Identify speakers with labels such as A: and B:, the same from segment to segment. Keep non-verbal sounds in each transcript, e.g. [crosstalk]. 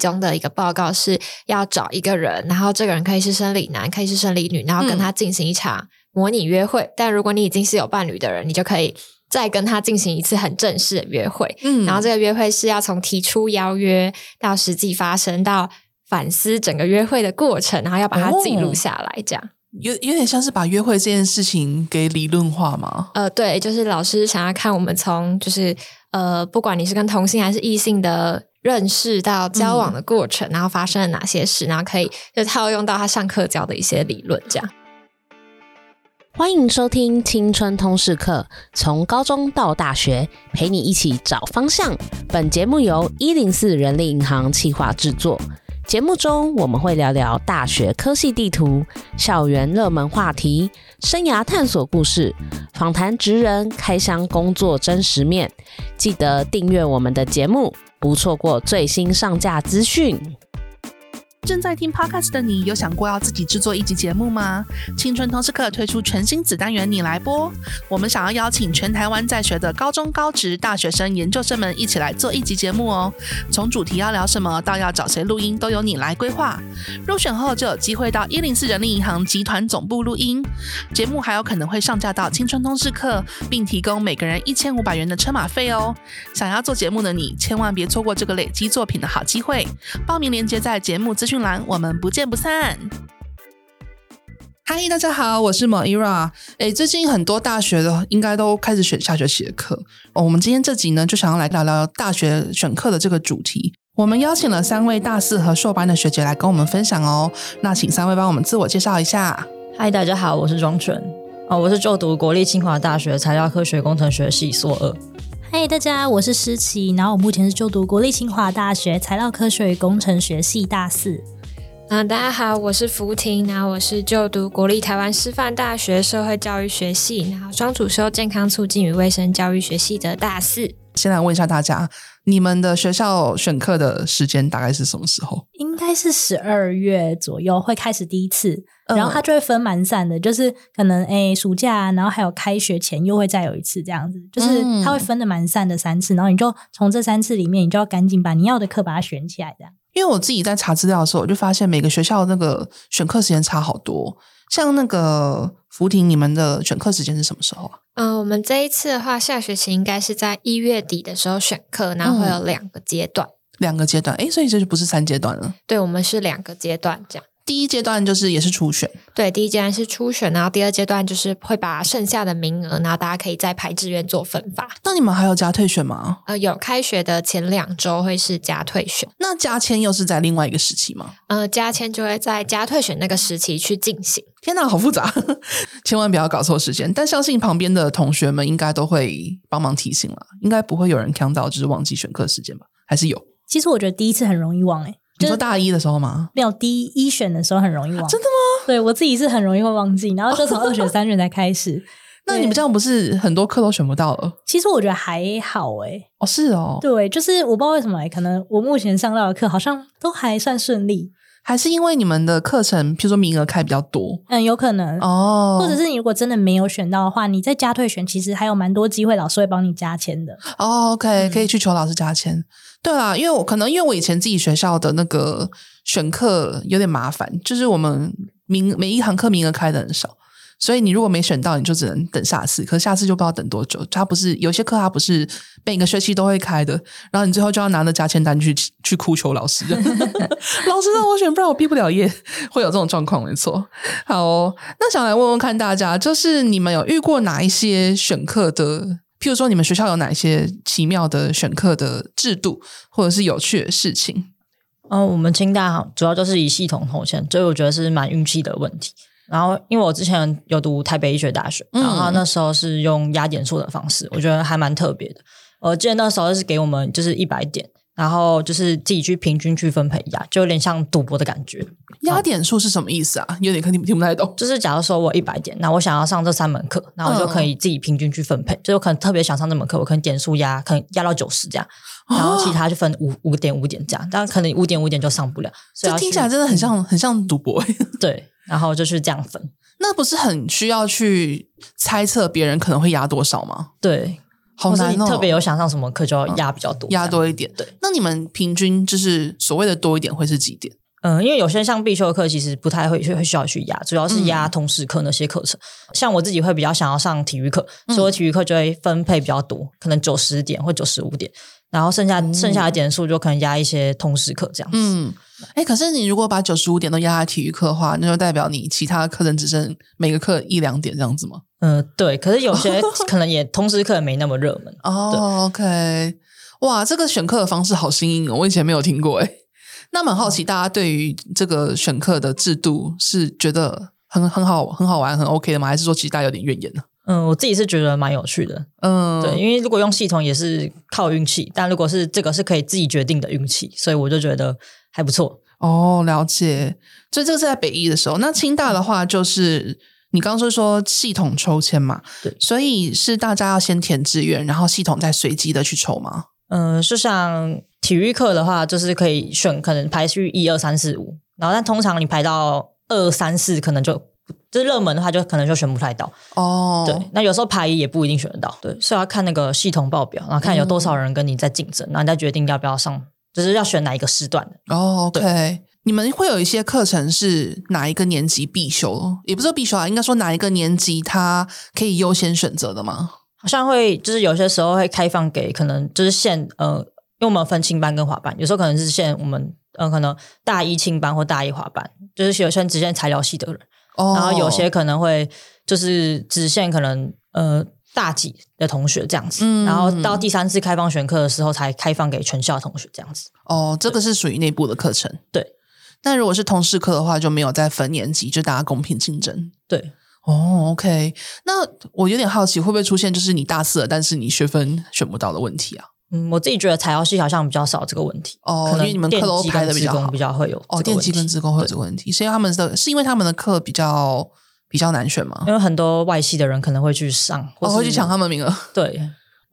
A: 中的一个报告是要找一个人，然后这个人可以是生理男，可以是生理女，然后跟他进行一场模拟约会。但如果你已经是有伴侣的人，你就可以再跟他进行一次很正式的约会。
B: 嗯
A: 然后这个约会是要从提出邀约到实际发生，到反思整个约会的过程，然后要把它记录下来，这样。
B: 有有点像是把约会这件事情给理论化嘛。
A: 呃，对，就是老师想要看我们从就是呃，不管你是跟同性还是异性的认识到交往的过程，然后发生了哪些事，然后可以就套用到他上课教的一些理论，这样。
C: 欢迎收听《青春通识课》，从高中到大学，陪你一起找方向。本节目由一零四人力银行企划制作。节目中我们会聊聊大学科系地图、校园热门话题、生涯探索故事，访谈职人，开箱工作真实面。记得订阅我们的节目，不错过最新上架资讯。
B: 正在听 podcast 的你，有想过要自己制作一集节目吗？青春通识课推出全新子单元“你来播”，我们想要邀请全台湾在学的高中、高职、大学生、研究生们一起来做一集节目哦。从主题要聊什么，到要找谁录音，都由你来规划。入选后就有机会到一零四人力银行集团总部录音。节目还有可能会上架到青春通识课，并提供每个人一千五百元的车马费哦。想要做节目的你，千万别错过这个累积作品的好机会。报名链接在节目资讯栏，我们不见不散。嗨，大家好，我是 Moira。哎，最近很多大学的应该都开始选下学期的课。哦我们今天这集呢，就想要来聊聊大学选课的这个主题。我们邀请了三位大四和硕班的学姐来跟我们分享哦。那请三位帮我们自我介绍一下。
D: 嗨，大家好，我是庄纯。哦，我是就读国立清华大学材料科学工程学系硕二。
E: 嗨，大家，我是诗琪，然后我目前是就读国立清华大学材料科学与工程学系大四。
A: 嗯、大家好，我是福婷，然后我是就读国立台湾师范大学社会教育学系，然后双主修健康促进与卫生教育学系的大四。
B: 先来问一下大家，你们的学校选课的时间大概是什么时候？
E: 应该是十二月左右会开始第一次，
B: 呃嗯
E: 然后它就会分蛮散的，就是可能诶、暑假啊，然后还有开学前又会再有一次这样子，就是
B: 嗯
E: 它会分的蛮散的三次，然后你就从这三次里面，你就要赶紧把你要的课把它选起来，这样。
B: 因为我自己在查资料的时候，我就发现每个学校那个选课时间差好多。像那个福庭，你们的选课时间是什么时候啊？
A: 嗯、我们这一次的话，下学期应该是在一月底的时候选课，然后会有两个阶段。
B: 两个阶段，诶，所以这就不是三阶段了。
A: 对，我们是两个阶段这样。
B: 第一阶段就是也是初选，
A: 对，第一阶段是初选，然后第二阶段就是会把剩下的名额，然后大家可以再排志愿做分发。
B: 那你们还有加退选吗？
A: 呃，有开学的前两周会是加退选，
B: 那加签又是在另外一个时期吗？
A: 呃，加签就会在加退选那个时期去进行。
B: 天哪，好复杂， [laughs] 千万不要搞错时间。但相信旁边的同学们应该都会帮忙提醒了，应该不会有人看到就是忘记选课时间吧？还是有？
E: 其实我觉得第一次很容易忘、诶，
B: 你
E: 就
B: 说
E: 是
B: 大一的时候吗？
E: 没有第一选的时候很容易忘，
B: 啊真的吗？
E: 对我自己是很容易会忘记，然后就从二选三选才开始。
B: 那你们这样不是很多课都选不到了？
E: 其实我觉得还好哎诶、
B: 哦，是哦，
E: 对，就是我不知道为什么欸、可能我目前上到的课好像都还算顺利，
B: 还是因为你们的课程，譬如说名额开比较多
E: 嗯，有可能，
B: 哦，
E: 或者是你如果真的没有选到的话，你再加退选，其实还有蛮多机会，老师会帮你加签的。
B: 哦，OK，可以
E: 嗯
B: 去求老师加签。对啦，因为我可能因为我以前自己学校的那个选课有点麻烦，就是我们名每一堂课名额开的很少，所以你如果没选到，你就只能等下次。可是下次就不知道等多久，它不是有些课它不是每个学期都会开的，然后你最后就要拿着加签单去去哭求老师， [laughs] 老师让我选，不然我毕不了业，会有这种状况，没错。好哦，那想来问问看大家，就是你们有遇过哪一些选课的？譬如说，你们学校有哪一些奇妙的选课的制度，或者是有趣的事情？
D: 嗯，我们清大主要就是以系统投钱，所以我觉得是蛮运气的问题。然后，因为我之前有读台北医学大学，
B: 嗯
D: 然后那时候是用压点数的方式，我觉得还蛮特别的。我记得那时候是给我们就是一百点，然后就是自己去平均去分配压，就有点像赌博的感觉。
B: 压点数是什么意思啊？有点听听不太懂。
D: 就是假如说我一百点，那我想要上这三门课，那我就
B: 嗯
D: 可以自己平均去分配。就是我可能特别想上这门课，我可能点数压，可能压到九十这样，
B: 哦
D: 然后其他就分五五点五点这样，但可能五点五点就上不了。所
B: 这
D: 以要
B: 听
D: 去
B: 起来真的很像、很像赌博、 [laughs] 欸，
D: 对，然后就是这样分。
B: 那不是很需要去猜测别人可能会压多少吗？
D: 对，
B: 好
D: 或是
B: 难
D: 你
B: 哦，嗯
D: 特别有想上什么课就要压比较多，
B: 压多一点。
D: 对，
B: 那你们平均就是所谓的多一点会是几点？
D: 嗯，因为有些像必修课，其实不太会会需要去压，主要是压通识课那些课程。像我自己会比较想要上体育课，
B: 嗯
D: 所以我体育课就会分配比较多，可能九十点或九十五点，然后剩下、剩下的点数就可能压一些通识课这样子。
B: 哦嗯，哎，可是你如果把九十五点都压在体育课的话，那就代表你其他课程只剩每个课一两点这样子吗？
D: 嗯、对。可是有些可能也通识课也没那么热门。
B: 哦，OK，哇，这个选课的方式好新颖哦，我以前没有听过哎。那蛮好奇，大家对于这个选课的制度是觉得很很好、很好玩、很 OK 的吗？还是说其实大家有点怨言呢？
D: 嗯，我自己是觉得蛮有趣的，
B: 嗯，
D: 对，因为如果用系统也是靠运气，但如果是这个是可以自己决定的运气，所以我就觉得还不错。
B: 哦，了解。所以这个是在北一的时候，那清大的话就是你刚刚是说系统抽签嘛，
D: 对
B: 所以是大家要先填志愿，然后系统再随机的去抽吗？
D: 嗯，就像体育课的话，就是可以选可能排序一二三四五，然后但通常你排到二三四，可能就就是热门的话，就可能就选不太到。
B: 哦，
D: 对，那有时候排一也不一定选得到，对，所以要看那个系统报表，然后看有多
B: 嗯
D: 少人跟你在竞争，然后你再决定要不要上，就是要选哪一个时段的。
B: 哦，OK，你们会有一些课程是哪一个年级必修，也不是说必修啊，应该说哪一个年级它可以优先选择的吗？
D: 好像会就是有些时候会开放给可能就是限呃，因为我们分青班跟华班，有时候可能是限我们呃可能大一青班或大一华班，就是有些人只限材料系的人。
B: 哦，
D: 然后有些可能会就是只限可能呃大几的同学这样子，
B: 嗯
D: 然后到第三次开放选课的时候才开放给全校的同学这样子。
B: 哦，这个是属于内部的课程，
D: 对。
B: 那如果是通识课的话，就没有再分年级，就大家公平竞争。
D: 对，
B: 哦，OK，那我有点好奇，会不会出现就是你大四了，但是你学分选不到的问题啊？
D: 嗯，我自己觉得材料系好像比较少这个问题，
B: 哦
D: 可，
B: 因
D: 能
B: 为你们课
D: 电
B: 都
D: 机
B: 排
D: 跟
B: 的比
D: 职
B: 较
D: 工
B: 好
D: 比，较会有
B: 哦，
D: 这个
B: 电
D: 问
B: 机跟
D: 题
B: 职工会有这个问题，是因为他们的是因为他们的课比较比较难选吗？哦
D: 因为很多外系的人可能会去上， [laughs] 或
B: 我、
D: 是
B: 会去抢他们名额。 [laughs]
D: 对，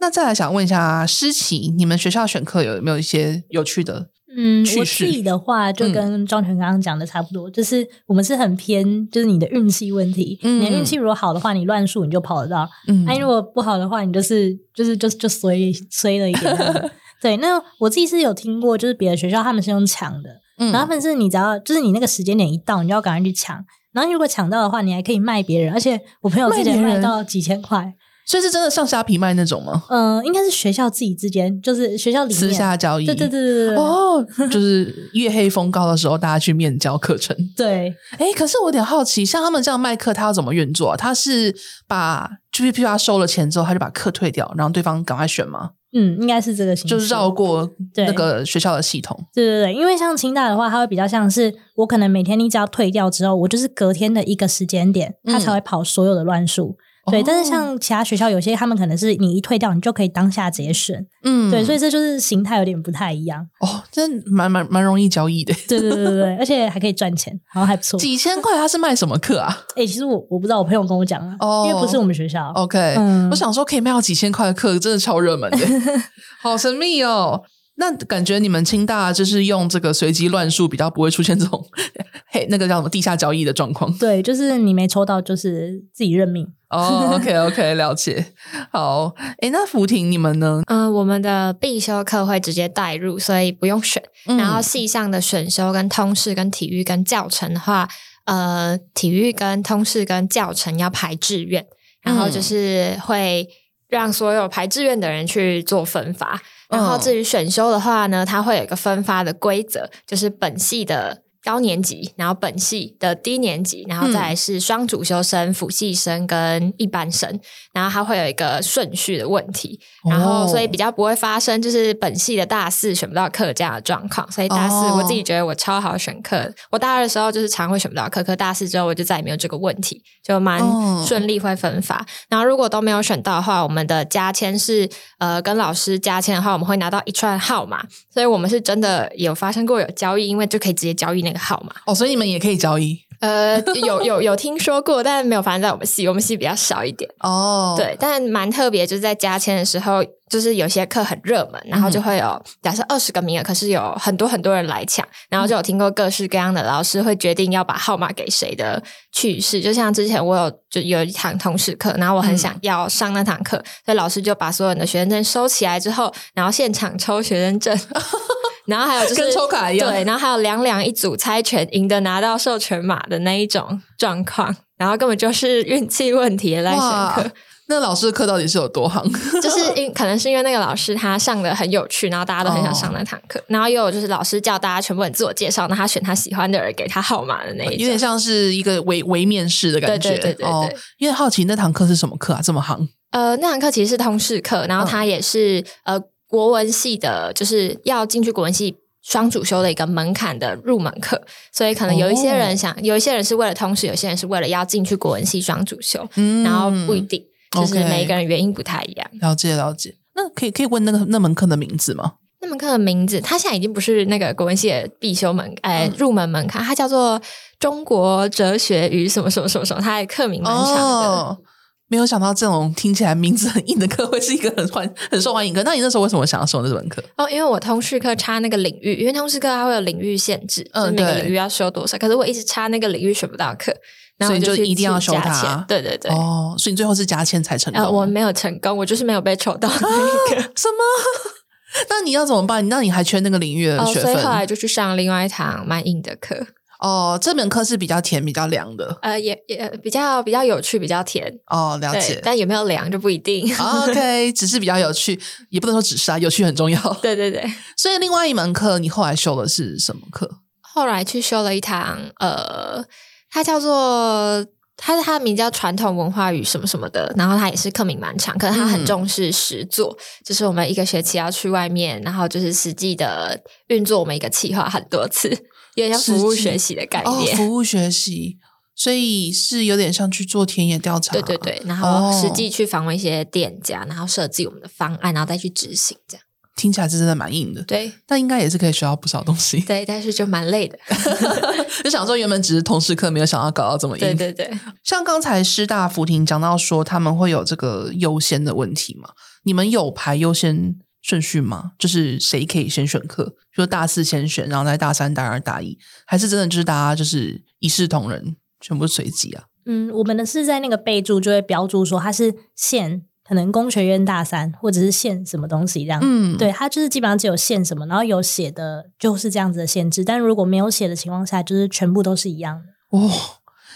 B: 那再来想问一下啊诗琪，你们学校选课有没有一些有趣的？
E: 嗯，
B: 趣
E: 我
B: 事
E: 自己的话
B: 嗯
E: 就跟庄权刚刚讲的差不多，就是我们是很偏，就是你的运气问题。
B: 嗯
E: 你的运气如果好的话，你乱数你就跑得到；
B: 嗯
E: 那、如果不好的话，你就是就是就是就衰衰了一点这样
B: [laughs]
E: 子。对，那我自己是有听过，就是别的学校他们是用抢的，
B: 嗯
E: 然后他们是你只要就是你那个时间点一到，你就要赶快去抢。然后如果抢到的话，你还可以卖别人，而且我朋友之前
B: 卖别人
E: 卖到几千块，
B: 所以是真的上虾皮卖那种吗？
E: 嗯、应该是学校自己之间，就是学校里面
B: 私下交易？
E: 对对对对对对、
B: 哦，就是月黑风高的时候，大家去面交课程。
E: 对，
B: 哎，可是我有点好奇，像他们这样卖课，他要怎么运作、啊？他是把就是譬如他收了钱之后，他就把课退掉，然后对方赶快选吗？
E: 嗯，应该是这个形式，
B: 就是绕过
E: 对
B: 那个学校的系统。
E: 对对对，因为像清大的话，它会比较像是我可能每天你只要退掉之后，我就是隔天的一个时间点，它才会跑所有的乱数。
B: 嗯
E: 对，
B: 哦
E: 但是像其他学校有些，他们可能是你一退掉，你就可以当下直接选。
B: 嗯
E: 对，所
B: 以
E: 以这就是形态有点不太一样。
B: 哦，真的蛮蛮蛮容易交易的。
E: 对对对对对，而且还可以赚钱，好像还不
B: [laughs]
E: 错。
B: 几千块，他是卖什么课啊
E: 哎、其实我我不知道，我朋友跟我讲了，
B: 哦
E: 因为不是我们学校。
B: ？OK，、
E: [laughs] 嗯
B: 我想说可以卖到几千块的课，真的超热门
E: [laughs]
B: 的，好神秘哦。那感觉你们清大就是用这个随机乱数，比较不会出现这种 [laughs] 嘿那个叫什么地下交易的状况。
E: 对，就是你没抽到，就是自己认命。
B: 哦、o k OK，了解。好，诶，那福婷你们呢？
A: 嗯、我们的必修课会直接带入，所以不用选。
B: 嗯
A: 然后系上的选修跟通识跟体育跟教程的话，呃，体育跟通识跟教程要排志愿，然后就是会让所有排志愿的人去做分发。然后
B: 嗯
A: 至于选修的话呢，它会有一个分发的规则，就是本系的。高年级，然后本系的低年级，然后再来是双主修生、辅系生跟一般生，然后它会有一个顺序的问题。然后所以比
B: 较
A: 较不会发生就是本系的大四选不到课这样的状况。所以大四
B: 哦
A: 我自己觉得我超好选课，我大二的时候就是常会选不到课，可大四之后我就再也没有这个问题，就蛮
B: 哦
A: 顺利会分发。然后如果都没有选到的话，我们的加签是呃跟老师加签的话，我们会拿到一串号码，所以我们是真的有发生过有交易，因为就可以直接交易那个号码。
B: 哦，所以你们也可以交易
A: 呃，有有有听说过，但没有发生在我们系，我们系比较少一点。
B: 哦
A: 对，但蛮特别，就是在加签的时候，就是有些课很热门，然后
B: 嗯
A: 就会有假设二十个名额，可是有很多很多人来抢，然
B: 嗯
A: 后就有听过各式各样的老师会决定要把号码给谁的趣事。就像之前我有就有一堂通识课，然后我
B: 嗯
A: 很想要上那堂课，所以老师就把所有人的学生证收起来之后，然后现场抽学生
B: [laughs]
A: 证。然后还有就是
B: 跟抽卡一样
A: 对，然后还有两两一组猜拳，赢的拿到授权码的那一种状况，然后根本就是运气问题来选课。
B: 哇，那老师的课到底是有多行？ [laughs]
A: 就是因可能是因为那个老师他上的很有趣，然后大家都很想上那堂
B: 哦
A: 课。然后也有就是老师叫大家全部人自我介绍，那他选他喜欢的人给他号码的那一种。
B: 有点像是一个微微面试的感觉。
A: 对对对对
B: 哦
A: 对，
B: 因为好奇那堂课是什么课啊？这么行
A: 呃，那堂课其实是通识课，然后
B: 嗯
A: 它也是、呃国文系的，就是要进去国文系。双主修的一个门槛的入门课，所以可能有一些人
B: 哦
A: 想，有一些人是为了通识，有些人是为了要进去国文系双主修，
B: 嗯
A: 然后不一定，就是
B: OK
A: 每一个人原因不太一样。
B: 了解了解。那可以可以问那个那门课的名字吗？
A: 那门课的名字，它现在已经不是那个国文系的必修门，
B: 嗯
A: 哎、入门门槛，它叫做《中国哲学与什么什么什么什么》，它的课名蛮长的。
B: 哦，没有想到这种听起来名字很硬的课会是一个很欢很受欢迎课。那你那时候为什么想要修这门课？
A: 哦，因为我通识课插那个领域，因为通识课它会有领域限制，
B: 嗯
A: 就是每个
B: 对
A: 领域要修多少。可是我一直插那个领域选不到课，然后
B: 所以
A: 我
B: 你就
A: 去
B: 一定要修
A: 加
B: 它
A: 钱对对对。
B: 哦，所以你最后是加签才成功。
A: 呃，我没有成功，我就是没有被抽到那一
B: [laughs]
A: 个，
B: 什么？ [laughs] 那你要怎么办？那你还缺那个领域的
A: 哦，
B: 学
A: 所以
B: 分
A: 后来就去上另外一堂蛮硬的课，
B: 哦。这门课是比较甜、比较凉的
A: 呃，也也比较比较有趣，比较甜，
B: 哦，了
A: 对
B: 解，。哦
A: 但有没有凉就不一定。
B: [laughs] OK，只是比较有趣，也不能说只是啊，有趣很重要。
A: [laughs]
B: [laughs]
A: 对对对，
B: 所以另外一门课你后来修的是什么课？
A: 后来去修了一堂，呃，它叫做它它的名叫传统文化与什么什么的，然后它也是课名蛮长，可是它
B: 嗯
A: 很重视实作，就是我们一个学期要去外面，然后就是实际的运作我们一个计划很多次，有点像服务
B: 实际
A: 学习的概
B: 哦，
A: 念。
B: 服务学习，所以是有点像去做田野调查。
A: 对对对，然后
B: 哦
A: 实际去访问一些店家，然后设计我们的方案，然后再去执行，这样
B: 听起来是真的蛮硬的，
A: 对
B: 但应该也是可以学到不少东西。 [laughs]
A: 对，但是就蛮累的。
B: 就想说原本只是同事课，没有想到搞到这么硬。
A: 对对对，
B: 像刚才师大福庭讲到说他们会有这个优先的问题嘛？你们有排优先顺序吗？就是谁可以先选课，比如大四先选，然后再大三、大二、大一，还是真的就是大家就是一视同仁，全部随机啊？
E: 嗯，我们的是在那个备注就会标注说它是限，可能工学院大三或者是限什么东西这样。
B: 嗯，
E: 对，它就是基本上只有限什么，然后有写的就是这样子的限制，但如果没有写的情况下，就是全部都是一样的。
B: 哦，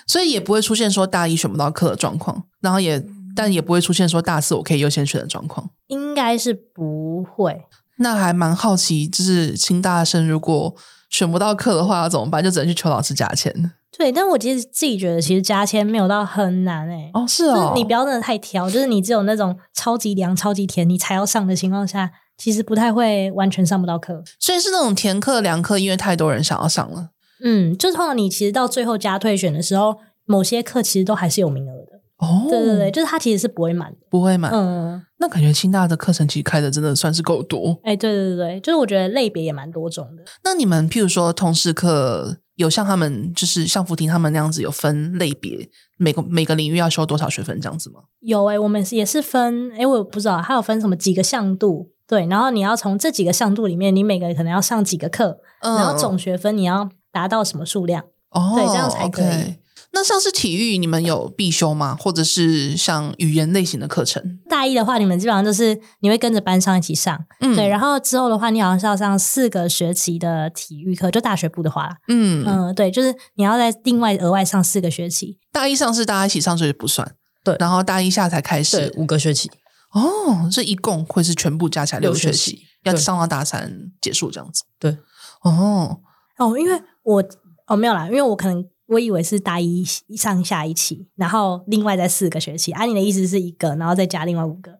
B: 所以也不会出现说大一选不到课的状况，然后也但也不会出现说大四我可以优先选的状况。
E: 应该是不会，
B: 那还蛮好奇，就是清大生如果选不到课的话要怎么办？就只能去求老师加签
E: 对。但我其实自己觉得，其实加签没有到很难哎、
B: 哦，是
E: 就
B: 哦
E: 是，你不要真的太挑，就是你只有那种超级凉、超级甜你才要上的情况下，其实不太会完全上不到课。
B: 所以是那种填课、凉课，因为太多人想要上了。
E: 嗯，就通常你其实到最后加退选的时候，某些课其实都还是有名额的。
B: 哦，
E: 对对对，，就是它其实是不会满的。
B: 不会满。
E: 嗯，
B: 那感觉清大的课程其实开的真的算是够多。
E: 哎、对对对对，就是我觉得类别也蛮多种的。
B: 那你们譬如说同事课有像他们就是像福庭他们那样子有分类别，每个每个领域要修多少学分这样子吗？
E: 有哎、我们是也是分哎、我也不知道，它有分什么几个向度。对，然后你要从这几个向度里面，你每个可能要上几个课，
B: 嗯
E: 然后总学分你要达到什么数量？
B: 哦，
E: 对这样才可以
B: OK 那像是体育，你们有必修吗？或者是像语言类型的课程？
E: 大一的话，你们基本上就是你会跟着班上一起上，
B: 嗯
E: 对。然后之后的话，你好像是要上四个学期的体育课，就大学部的话啦，
B: 嗯，
E: 嗯、对，就是你要再另外额外上四个学期。
B: 大一上是大家一起上，所以不算。
D: 对
B: 然后大一下才开
D: 对
B: 始，。
D: 五个学期，
B: 哦，这一共会是全部加起来六
D: 六
B: 学
D: 学
B: 期
D: 期，
B: 要
D: 对
B: 上到大三结束这样子。
D: 对，
B: 哦，
E: 哦，因为我哦没有啦，因为我可能我以为是大一上下一期，然后另外再四个学期。啊，你的意思是一个，然后再加另外五个，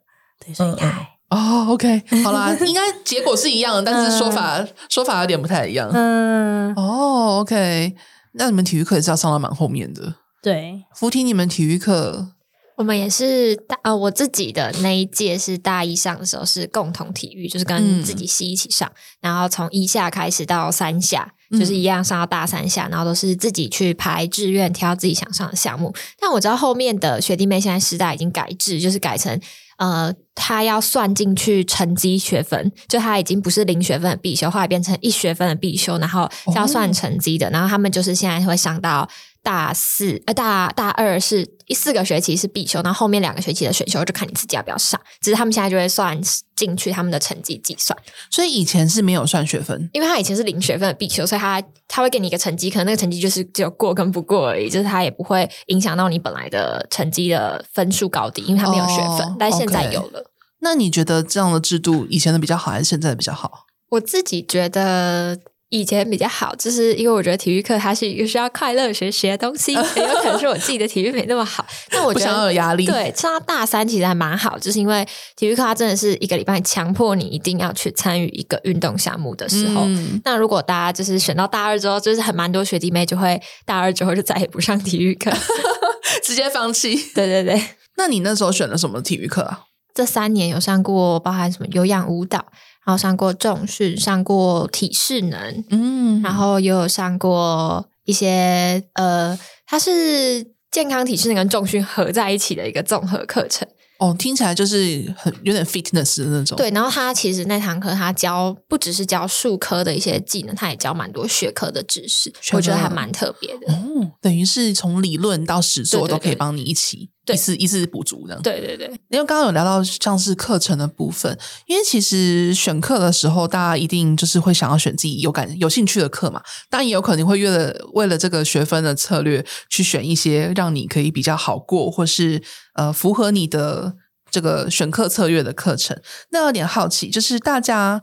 E: 对，所以
D: 嗯
E: 大
B: 哦，OK，好啦，应该结果是一样的，但是说法、说法有点不太一样。
E: 嗯
B: 哦，OK，那你们体育课也是要上到蛮后面的。
E: 对，
B: 扶梯，你们体育课
A: 我们也是大呃，我自己的那一届是大一上的时候是共同体育，就是
B: 嗯
A: 跟自己系一起上，然后从一下开始到三下，就是一样上到大三下，然后都是自己去排志愿，挑自己想上的项目。但我知道后面的学弟妹现在师大已经改制，就是改成呃它要算进去成绩学分，就它已经不是零学分的必修，后来变成一学分的必修，然后是要算成绩的。然后他们就是现在会上到大四，呃，大大二是一四个学期是必修，然后后面两个学期的选修就看你自己要不要上。只是他们现在就会算进去他们的成绩计算，
B: 所以以前是没有算学分，
A: 因为他以前是零学分的必修，所以他他会给你一个成绩，可能那个成绩就是只有过跟不过而已，就是他也不会影响到你本来的成绩的分数高低，因为他没有学分，
B: 哦
A: 但现在
B: OK
A: 有了。
B: 那你觉得这样的制度以前的比较好，还是现在的比较好？
A: 我自己觉得以前比较好，就是因为我觉得体育课它是一个需要快乐学习的东
B: [laughs]
A: 西，也有可能是我自己的体育没那么好。但我
B: 不
A: 觉
B: 想要有
A: 得
B: 压力，
A: 对，上到大三其实还蛮好，就是因为体育课它真的是一个礼拜强迫你一定要去参与一个运动项目的时候。
B: 嗯
A: 那如果大家就是选到大二之后，就是很蛮多学弟妹就会大二之后就再也不上体育课。
B: [laughs] 直接放弃。
A: 对对对，
B: 那你那时候选了什么体育课啊？
A: 这三年有上过包含什么有氧舞蹈，然后上过重训，上过体适能，
B: 嗯
A: 然后也有上过一些呃，它是健康体适能跟重训合在一起的一个综合课程。
B: 哦，听起来就是很有点 fitness 的那种。
A: 对，然后它其实那堂课它教不只是教术科的一些技能，它也教蛮多学科的知识，
B: 学科
A: 我觉得还蛮特别的。
B: 哦，等于是从理论到实作
A: 对对
B: 都可以
A: 对
B: 帮你一起
A: 对
B: 一次一次补足的。
A: 对对对，
B: 因为刚刚有聊到像是课程的部分，因为其实选课的时候，大家一定就是会想要选自己有感有兴趣的课嘛。当然也有可能会为了为了这个学分的策略去选一些让你可以比较好过，或是呃符合你的这个选课策略的课程。那有点好奇，就是大家。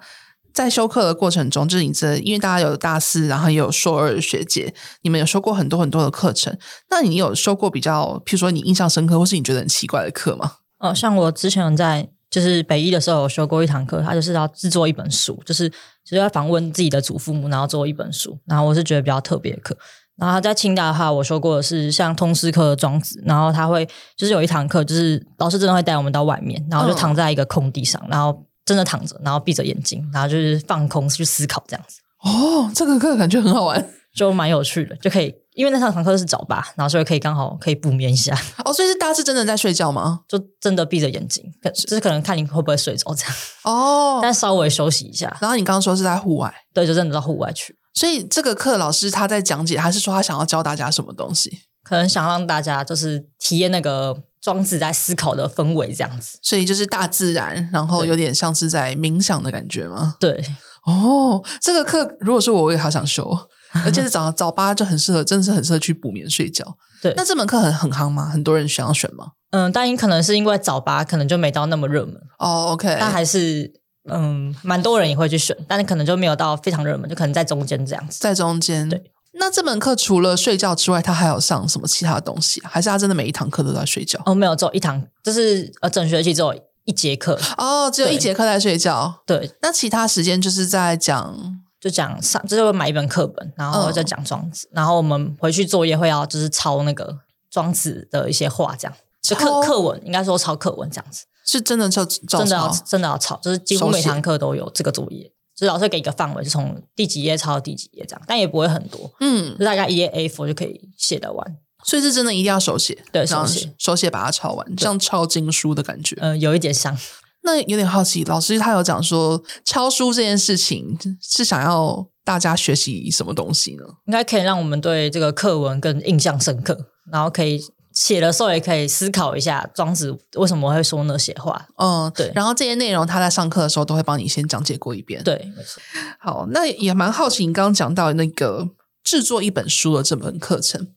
B: 在修课的过程中，就是你这，因为大家有大四，然后也有硕二的学姐，你们有修过很多很多的课程。那你有修过比较，譬如说你印象深刻，或是你觉得很奇怪的课吗？
D: 呃，像我之前有在就是北一的时候有修过一堂课，它就是要制作一本书，就是就是要访问自己的祖父母，然后做一本书。然后我是觉得比较特别的课。然后在清大的话，我修过的是像通识课的庄子，然后他会就是有一堂课，就是老师真的会带我们到外面，然后就
B: 嗯
D: 躺在一个空地上，然后真的躺着，然后闭着眼睛，然后就是放空去思考这样子，
B: 哦，这个课感觉很好玩
D: 就蛮有趣的，就可以因为那堂课是早八，然后所以可以刚好可以补眠一下，
B: 哦，所以是大家是真的在睡觉吗？
D: 就真的闭着眼睛，可就是可能看你会不会睡着这样。
B: 哦，
D: 但稍微休息一下，
B: 然后你刚刚说是在户外，
D: 对，就真的到户外去，
B: 所以这个课老师他在讲解，还是说他想要教大家什么东西？
D: 可能想让大家就是体验那个庄子在思考的氛围这样子。
B: 所以就是大自然，然后有点像是在冥想的感觉吗？
D: 对，
B: 哦，这个课如果说我我也好想修， [laughs] 而且是早早八就很适合，真的是很适合去补眠睡觉。
D: 对
B: 那这门课很很夯吗？很多人想要选吗？
D: 嗯，但因可能是因为早八可能就没到那么热门，
B: 哦，OK，
D: 但还是嗯，蛮多人也会去选，但是可能就没有到非常热门，就可能在中间这样子。
B: 在中间。
D: 对。
B: 那这门课除了睡觉之外，他还有上什么其他的东西啊？还是他真的每一堂课都在睡觉？
D: 哦，没有，只有一堂，就是呃，整学期只有一节课，
B: 哦，只有
D: 对
B: 一节课在睡觉，
D: 对，
B: 那其他时间就是在讲
D: 就讲上，就是会买一本课本，然后
B: 嗯
D: 就讲庄子，然后我们回去作业会要就是抄那个庄子的一些话，这样就
B: 抄
D: 课课文，应该说抄课文这样子。
B: 是真的照照
D: 真的要
B: 抄
D: 真的要抄，就是几乎
B: 手写
D: 每堂课都有这个作业，就是老师会给一个范围，就从第几页抄到第几页这样，但也不会很多，
B: 嗯，
D: 就大概一页 A4 就可以写得完。
B: 所以是真的一定要手写，
D: 对
B: 然后
D: 手写
B: 手写把它抄完，像抄经书的感觉。
D: 嗯、有一点像，
B: 那有点好奇，老师他有讲说抄书这件事情是想要大家学习什么东西呢？
D: 应该可以让我们对这个课文更印象深刻，然后可以写的时候也可以思考一下庄子为什么会说那些话。
B: 嗯，
D: 对
B: 然后这些内容他在上课的时候都会帮你先讲解过一遍。，
D: 对，没错
B: 好，那也蛮好奇你刚刚讲到那个制作一本书的这门课程。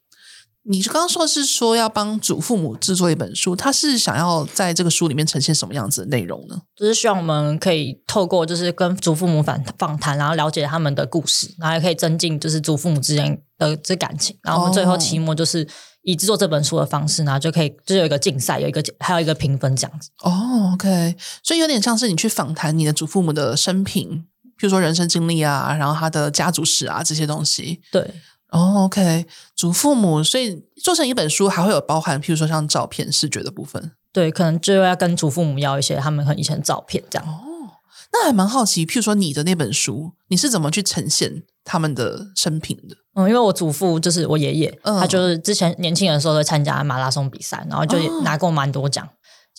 B: 你刚刚说是说要帮祖父母制作一本书，他是想要在这个书里面呈现什么样子的内容呢？
D: 就是希望我们可以透过就是跟祖父母访访谈，然后了解他们的故事，然后也可以增进就是祖父母之间的这感情。然后我
B: 哦
D: 们最后期末就是以制作这本书的方式，然后就可以就是有一个竞赛，有一个还有一个评分这样子。
B: 哦，OK，所以有点像是你去访谈你的祖父母的生平，譬如说人生经历啊，然后他的家族史啊这些东西。
D: 对，
B: 哦，OK，祖父母，所以做成一本书还会有包含，譬如说像照片、视觉的部分。
D: 对，可能就要跟祖父母要一些他们可能以前的照片这样。
B: 哦那还蛮好奇，譬如说你的那本书，你是怎么去呈现他们的生平的？
D: 嗯，因为我祖父就是我爷爷，
B: 嗯
D: 他就是之前年轻的时候在参加马拉松比赛，然后就也
B: 哦嗯
D: 拿过蛮多奖。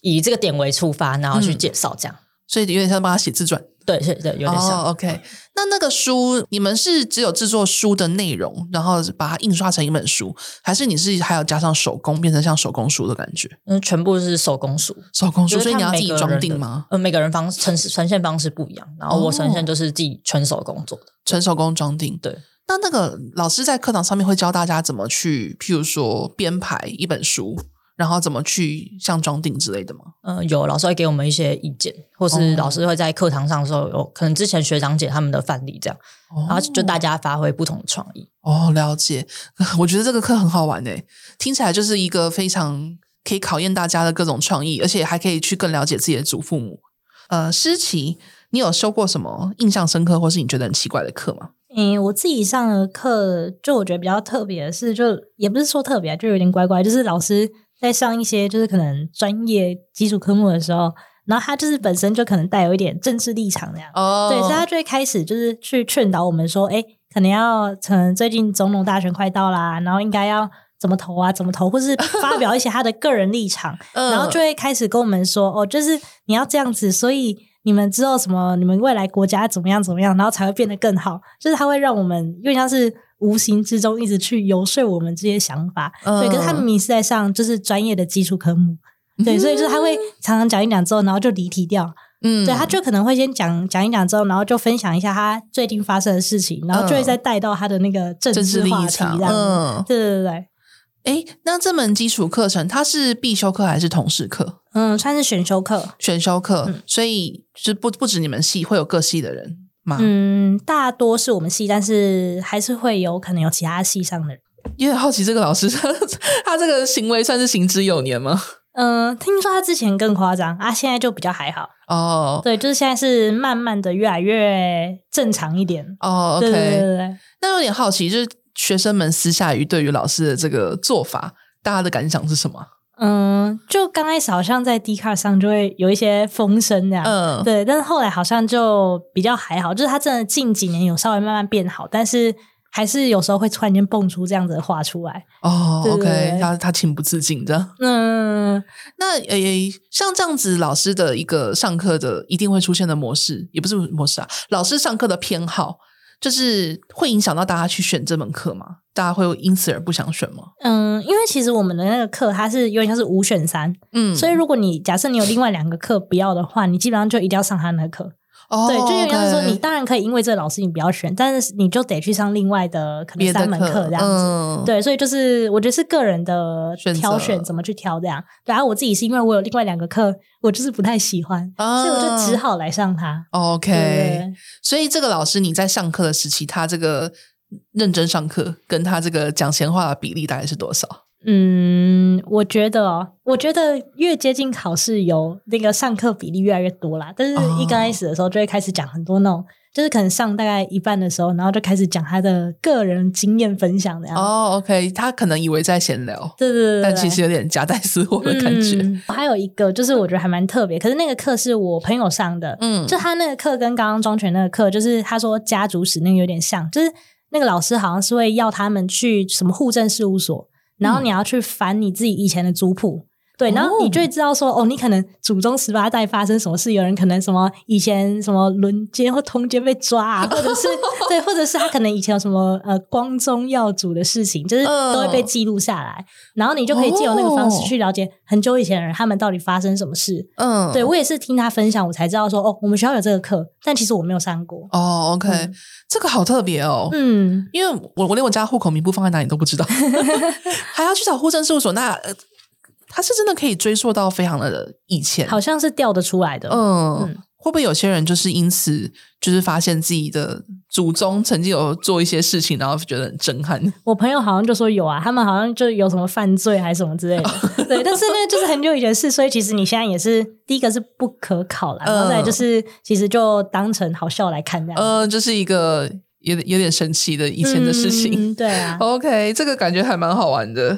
D: 以这个点为出发，然后去介绍这样。
B: 所以有点像帮他写自传。
D: 对，对对，有点像。嗯
B: 哦，OK。那那个书，你们是只有制作书的内容，然后把它印刷成一本书，还是你是还要加上手工，变成像手工书的感觉？
D: 嗯，全部是手工书，
B: 手工书，
D: 就是
B: 所以你
D: 看
B: 要自
D: 每
B: 己
D: 个
B: 装
D: 人
B: 订
D: 的
B: 吗？？
D: 呃，每个人方呈呈现方式不一样，然后我呈现就是自己纯手工做的。
B: 纯手工装订。
D: 对。
B: 那那个老师在课堂上面会教大家怎么去，譬如说编排一本书，然后怎么去像装订之类的吗？
D: 嗯，有老师会给我们一些意见，或
B: 哦
D: 是老师会在课堂上的时候有可能之前学长姐他们的范例这样，
B: 哦
D: 然后就大家发挥不同的创意。
B: 哦，了解。 [laughs] 我觉得这个课很好玩诶，听起来就是一个非常可以考验大家的各种创意，而且还可以去更了解自己的祖父母。呃，诗琪，你有修过什么印象深刻或是你觉得很奇怪的课吗？
E: 诶，我自己上的课，就我觉得比较特别的是，就也不是说特别，就有点乖乖，就是老师在上一些就是可能专业基础科目的时候，然后他就是本身就可能带有一点政治立场那样，
B: 哦
E: 对，所以他就会开始就是去劝导我们说，哎，可能要可能最近总统大选快到啦，然后应该要怎么投啊，怎么投，或是发表一些他的个人立场，
B: 嗯
E: 然后就会开始跟我们说，哦，就是你要这样子，所以你们知道什么，你们未来国家怎么样怎么样，然后才会变得更好。就是他会让我们因为像是无形之中一直去游说我们这些想法。
B: 嗯
E: 对，可是他们明明是在上就是专业的基础科目，对，所以就是
B: [laughs]
E: 他会常常讲一讲之后，然后就离题掉。
B: 嗯
E: 对，他就可能会先讲讲一讲之后，然后就分享一下他最近发生的事情，然后就会再带到他的那个政
B: 嗯政治
E: 治
B: 立
E: 话题
B: 场，
E: 这样子。
B: 嗯，
E: 对对对对，
B: 诶，那这门基础课程它是必修课还是同试课？
E: 嗯，算是选修课。
B: 选修课，
E: 嗯
B: 所以就是不不止你们系会有各系的人吗？
E: 嗯，大多是我们系，但是还是会有可能有其他系上的人。
B: 有点好奇，这个老师他他这个行为算是行之有年吗？
E: 嗯、听说他之前更夸张啊，现在就比较还好。
B: 哦，
E: 对，就是现在是慢慢的越来越正常一点。
B: 哦，OK，
E: 对对对对，
B: 那有点好奇，就是学生们私下于对于老师的这个做法，大家的感想是什么？
E: 嗯，就刚开始好像在 d 卡上就会有一些风声这样。
B: 嗯，
E: 对，但是后来好像就比较还好，就是他真的近几年有稍微慢慢变好，但是还是有时候会突然间蹦出这样子的话出来。
B: 哦
E: 对对
B: ，OK，
E: 对
B: 他他情不自禁的。
E: 嗯，
B: 那诶、像这样子老师的一个上课的一定会出现的模式，也不是模式啊，老师上课的偏好，就是会影响到大家去选这门课吗？大家会因此而不想选吗？
E: 嗯，因为其实我们的那个课它是有点像是五选三，
B: 嗯
E: 所以如果你假设你有另外两个课不要的话，你基本上就一定要上他那个课。
B: 哦，
E: 对，就有点像是说
B: OK
E: 你当然可以因为这个老师你不要选，但是你就得去上另外的可能
B: 别的
E: 三门课这样子。
B: 嗯、
E: 对，所以就是我觉得是个人的
B: 选择
E: 挑选怎么去挑这样。然后我自己是因为我有另外两个课，我就是不太喜欢，
B: 啊
E: 所以我就只好来上它。
B: 哦 OK，
E: 对
B: 所以这个老师你在上课的时期，他这个认真上课跟他这个讲闲话的比例大概是多少？
E: 嗯，我觉得哦，我觉得越接近考试，有那个上课比例越来越多啦。但是
B: 哦
E: 一刚开始的时候，就会开始讲很多那种，就是可能上大概一半的时候，然后就开始讲他的个人经验分享的样。
B: 哦、o k 他可能以为在闲聊，
E: 对，对啊对对
B: 但其实有点夹带私货的感觉。
E: 嗯还有一个就是我觉得还蛮特别，可是那个课是我朋友上的，
B: 嗯
E: 就他那个课跟刚刚庄权那个课，就是他说家族史那个有点像，就是那个老师好像是会要他们去什么户政事务所，然后你要去翻你自己以前的族谱。对，然后你就会知道说，哦，你可能祖宗十八代发生什么事，有人可能什么以前什么轮奸或通奸被抓啊，或者是对，或者是他可能以前有什么呃光宗耀祖的事情，就是都会被
B: 嗯
E: 记录下来，然后你就可以借由那个方式去了解很久以前的人他们到底发生什么事。
B: 嗯，
E: 对我也是听他分享，我才知道说哦，我们学校有这个课，但其实我没有上过。
B: 哦，OK，、
E: 嗯
B: 这个好特别哦。
E: 嗯，
B: 因为我我连我家户口名簿放在哪里都不
E: [laughs]
B: 知道，还要去找户政事务所，那呃他是真的可以追溯到非常的以前，
E: 好像是调得出来的。
B: 嗯
E: 嗯，
B: 会不会有些人就是因此就是发现自己的祖宗曾经有做一些事情，然后觉得很震撼？
E: 我朋友好像就说有啊，他们好像就有什么犯罪还是什么之类
B: 哦
E: 的。对，但是呢，就是很久以前的事，所以其实你现在也是第一个是不可考啦，
B: 嗯
E: 然后再来就是其实就当成好笑来看这样。
B: 呃，就是一个有点有点神奇的以前的事情。哦
E: 嗯对啊，
B: OK，这个感觉还蛮好玩的。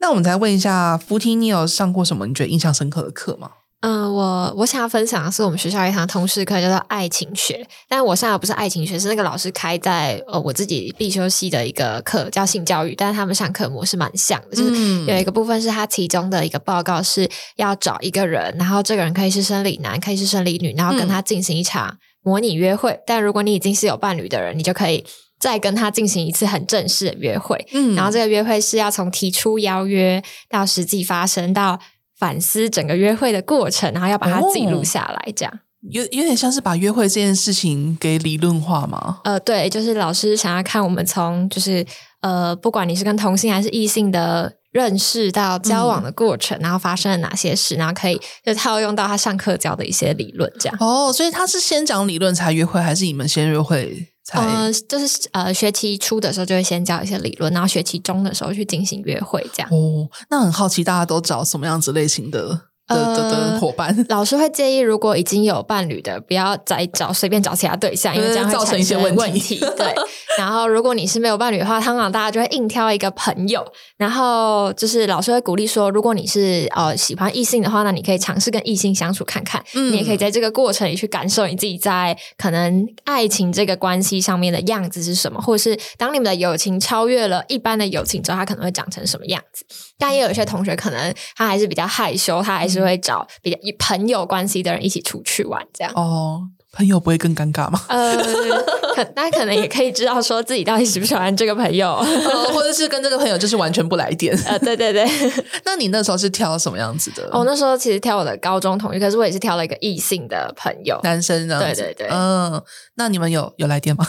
B: 那我们再问一下，福提，你有上过什么你觉得印象深刻的课吗？
A: 嗯，我我想要分享的是我们学校一堂通识课叫做爱情学，但我上的不是爱情学，是那个老师开在呃我自己必修系的一个课叫性教育，但是他们上课模式蛮像的，就是
B: 嗯
A: 有一个部分是他其中的一个报告是要找一个人，然后这个人可以是生理男，可以是生理女，然后跟他进行一场模拟约会，但如果你已经是有伴侣的人，你就可以再跟他进行一次很正式的约会，
B: 嗯
A: 然后这个约会是要从提出邀约到实际发生，到反思整个约会的过程，然后要把它记录下来，这样。
B: 有有点像是把约会这件事情给理论化嘛。
A: 呃，对，就是老师想要看我们从就是呃，不管你是跟同性还是异性的认识到交往的过程，然后发生了哪些事，然后可以就套用到他上课教的一些理论，这样。
B: 哦，所以他是先讲理论才约会，还是你们先约会才？
A: 呃，就是呃，学期初的时候就会先教一些理论，然后学期中的时候去进行约会，这样。
B: 哦，那很好奇大家都找什么样子类型的的的的
A: 呃
B: 伙 [laughs] 伴？
A: 老师会建议，如果已经有伴侣的，不要再找随便找其他对象，因为这样会
B: 嗯造成一些
A: 问
B: 问题 [laughs]
A: 对，然后如果你是没有伴侣的话，通常大家就会硬挑一个朋友。然后就是老师会鼓励说，如果你是呃喜欢异性的话，那你可以尝试跟异性相处看看。
B: 嗯
A: 你也可以在这个过程里去感受你自己在可能爱情这个关系上面的样子是什么，或者是当你们的友情超越了一般的友情之后，它可能会长成什么样子。但也有一些同学可能他还是比较害羞，他还是会找比较以朋友关系的人一起出去玩这样。
B: 哦，朋友不会更尴尬 [laughs] 吗？
A: 呃， [laughs] 可那可能也可以知道说自己到底喜不喜欢这个朋友。
B: 哦或者是跟这个朋友就是完全不来电？
A: 呃，对对对，
B: [laughs] 那你那时候是挑什么样子的？
A: 我、那时候其实挑我的高中同学，可是我也是挑了一个异性的朋友。
B: 男生呢？
A: 对对对
B: 嗯，那你们有有来电吗？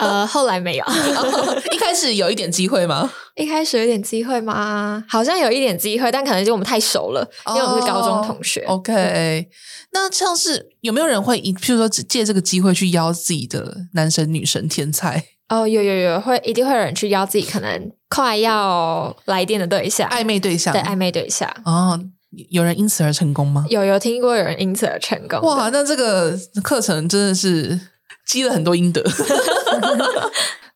A: 呃，后来 [laughs] 没有。
B: [laughs] 一开始有一点机会吗？
A: 一开始有点机会吗？好像有一点机会，但可能就我们太熟了，因为我们是高中同学。
B: 哦 OK，那像是有没有人会以，譬如说只借这个机会去邀自己的男神女神天才
A: 哦，有有有，会一定会有人去邀自己可能快要来电的对象，
B: 暧昧对象？
A: 对暧昧对象。
B: 哦，有人因此而成功吗？
A: 有有听过有人因此而成功的？
B: 哇，那这个课程真的是积了很
A: [laughs]
B: 多阴德。 [laughs]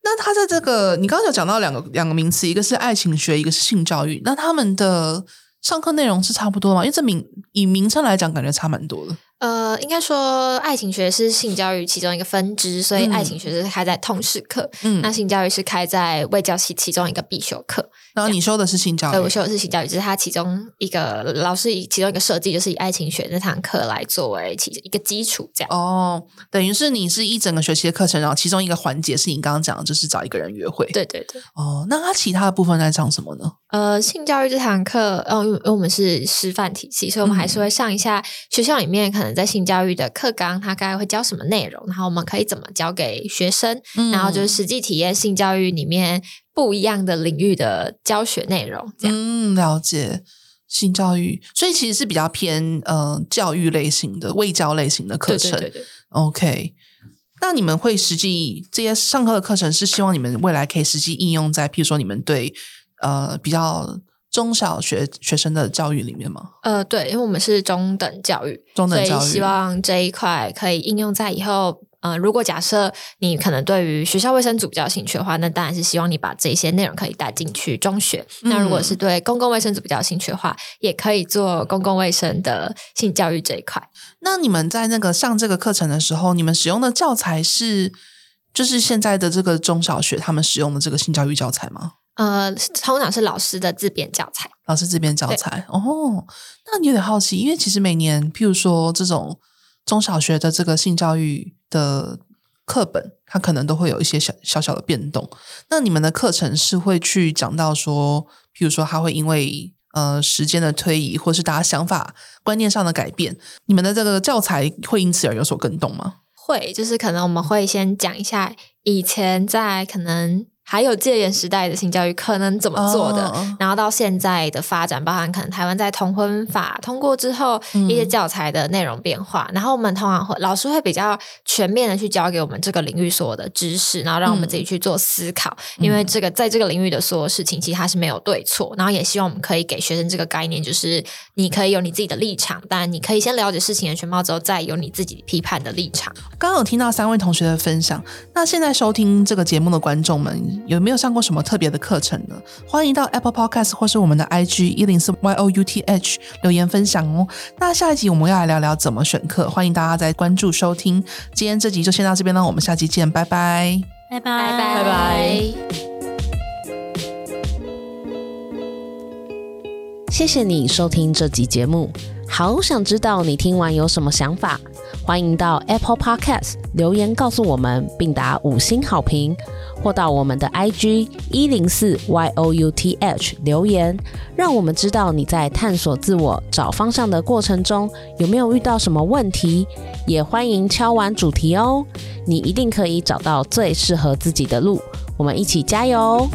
B: 那他在这个，你刚刚有讲到两个两个名词，一个是爱情学，一个是性教育。那他们的上课内容是差不多吗？因为这名以名称来讲，感觉差蛮多的。
A: 呃，应该说爱情学是性教育其中一个分支，所以
B: 嗯
A: 爱情学是开在通识课，那
B: 嗯，
A: 性教育是开在卫教系其中一个必修课。
B: 然后你修的是性教
A: 对，
B: 育
A: 呃我，修的是性教育，只是它其中一个老师以其中一个设计，就是以爱情学那堂课来作为其一个基础，这样。
B: 哦，等于是你是一整个学期的课程，然后其中一个环节是你刚刚讲的，就是找一个人约会。，
A: 对对对。
B: 哦，那他其他的部分在讲什么呢？
A: 呃，性教育这堂课，呃，因为因为我们是师范体系，所以我们还是
B: 嗯
A: 会上一下学校里面可能在性教育的课纲，它大概会教什么内容，然后我们可以怎么教给学生，
B: 嗯
A: 然后就是实际体验性教育里面不一样的领域的教学内容，这样。
B: 嗯，了解性教育，所以其实是比较偏呃教育类型的、卫教类型的课
A: 对
B: 程。
A: 对对对，
B: OK，那你们会实际这些上课的课程是希望你们未来可以实际应用在，譬如说你们对呃比较中小学学生的教育里面吗？
A: 呃，对，因为我们是中等教育，
B: 中等教
A: 所以
B: 育
A: 希望这一块可以应用在以后。呃，如果假设你可能对于学校卫生组比较有兴趣的话，那当然是希望你把这些内容可以带进去中学。那如果
B: 嗯
A: 是对公共卫生组比较有兴趣的话，也可以做公共卫生的性教育这一块。
B: 那你们在那个上这个课程的时候，你们使用的教材是就是现在的这个中小学他们使用的这个性教育教材吗？
A: 呃，通常是老师的自编教材。
B: 老师这边教材哦，那你有点好奇，因为其实每年，譬如说这种中小学的这个性教育的课本，它可能都会有一些小小小的变动。那你们的课程是会去讲到说，譬如说它会因为呃时间的推移，或是大家想法观念上的改变，你们的这个教材会因此而有所更动吗？
A: 会，就是可能我们会先讲一下以前在可能还有戒严时代的性教育可能怎么做的，
B: 哦
A: 然后到现在的发展，包含可能台湾在同婚法通过之后
B: 嗯
A: 一些教材的内容变化，然后我们通常会老师会比较全面的去教给我们这个领域所有的知识，然后让我们自己去做思考，因为这个在这个领域的所有事情其实它是没有对错，然后也希望我们可以给学生这个概念，就是你可以有你自己的立场，但你可以先了解事情的全貌之后，再有你自己批判的立场。
B: 刚刚有听到三位同学的分享，那现在收听这个节目的观众们，有没有上过什么特别的课程呢？欢迎到 Apple Podcast 或是我们的 IG 一零四 Y O U T H 留言分享哦。那下一集我们要来聊聊怎么选课，欢迎大家再关注收听。今天这集就先到这边了，我们下期见，拜拜。
E: 拜拜
A: 拜拜
C: 谢谢你收听这集节目，好想知道你听完有什么想法，欢迎到 Apple Podcast 留言告诉我们，并打五星好评，或到我们的 IG 一零四 y o u t h 留言，让我们知道你在探索自我、找方向的过程中有没有遇到什么问题，也欢迎敲完主题哦，你一定可以找到最适合自己的路，我们一起加油哦！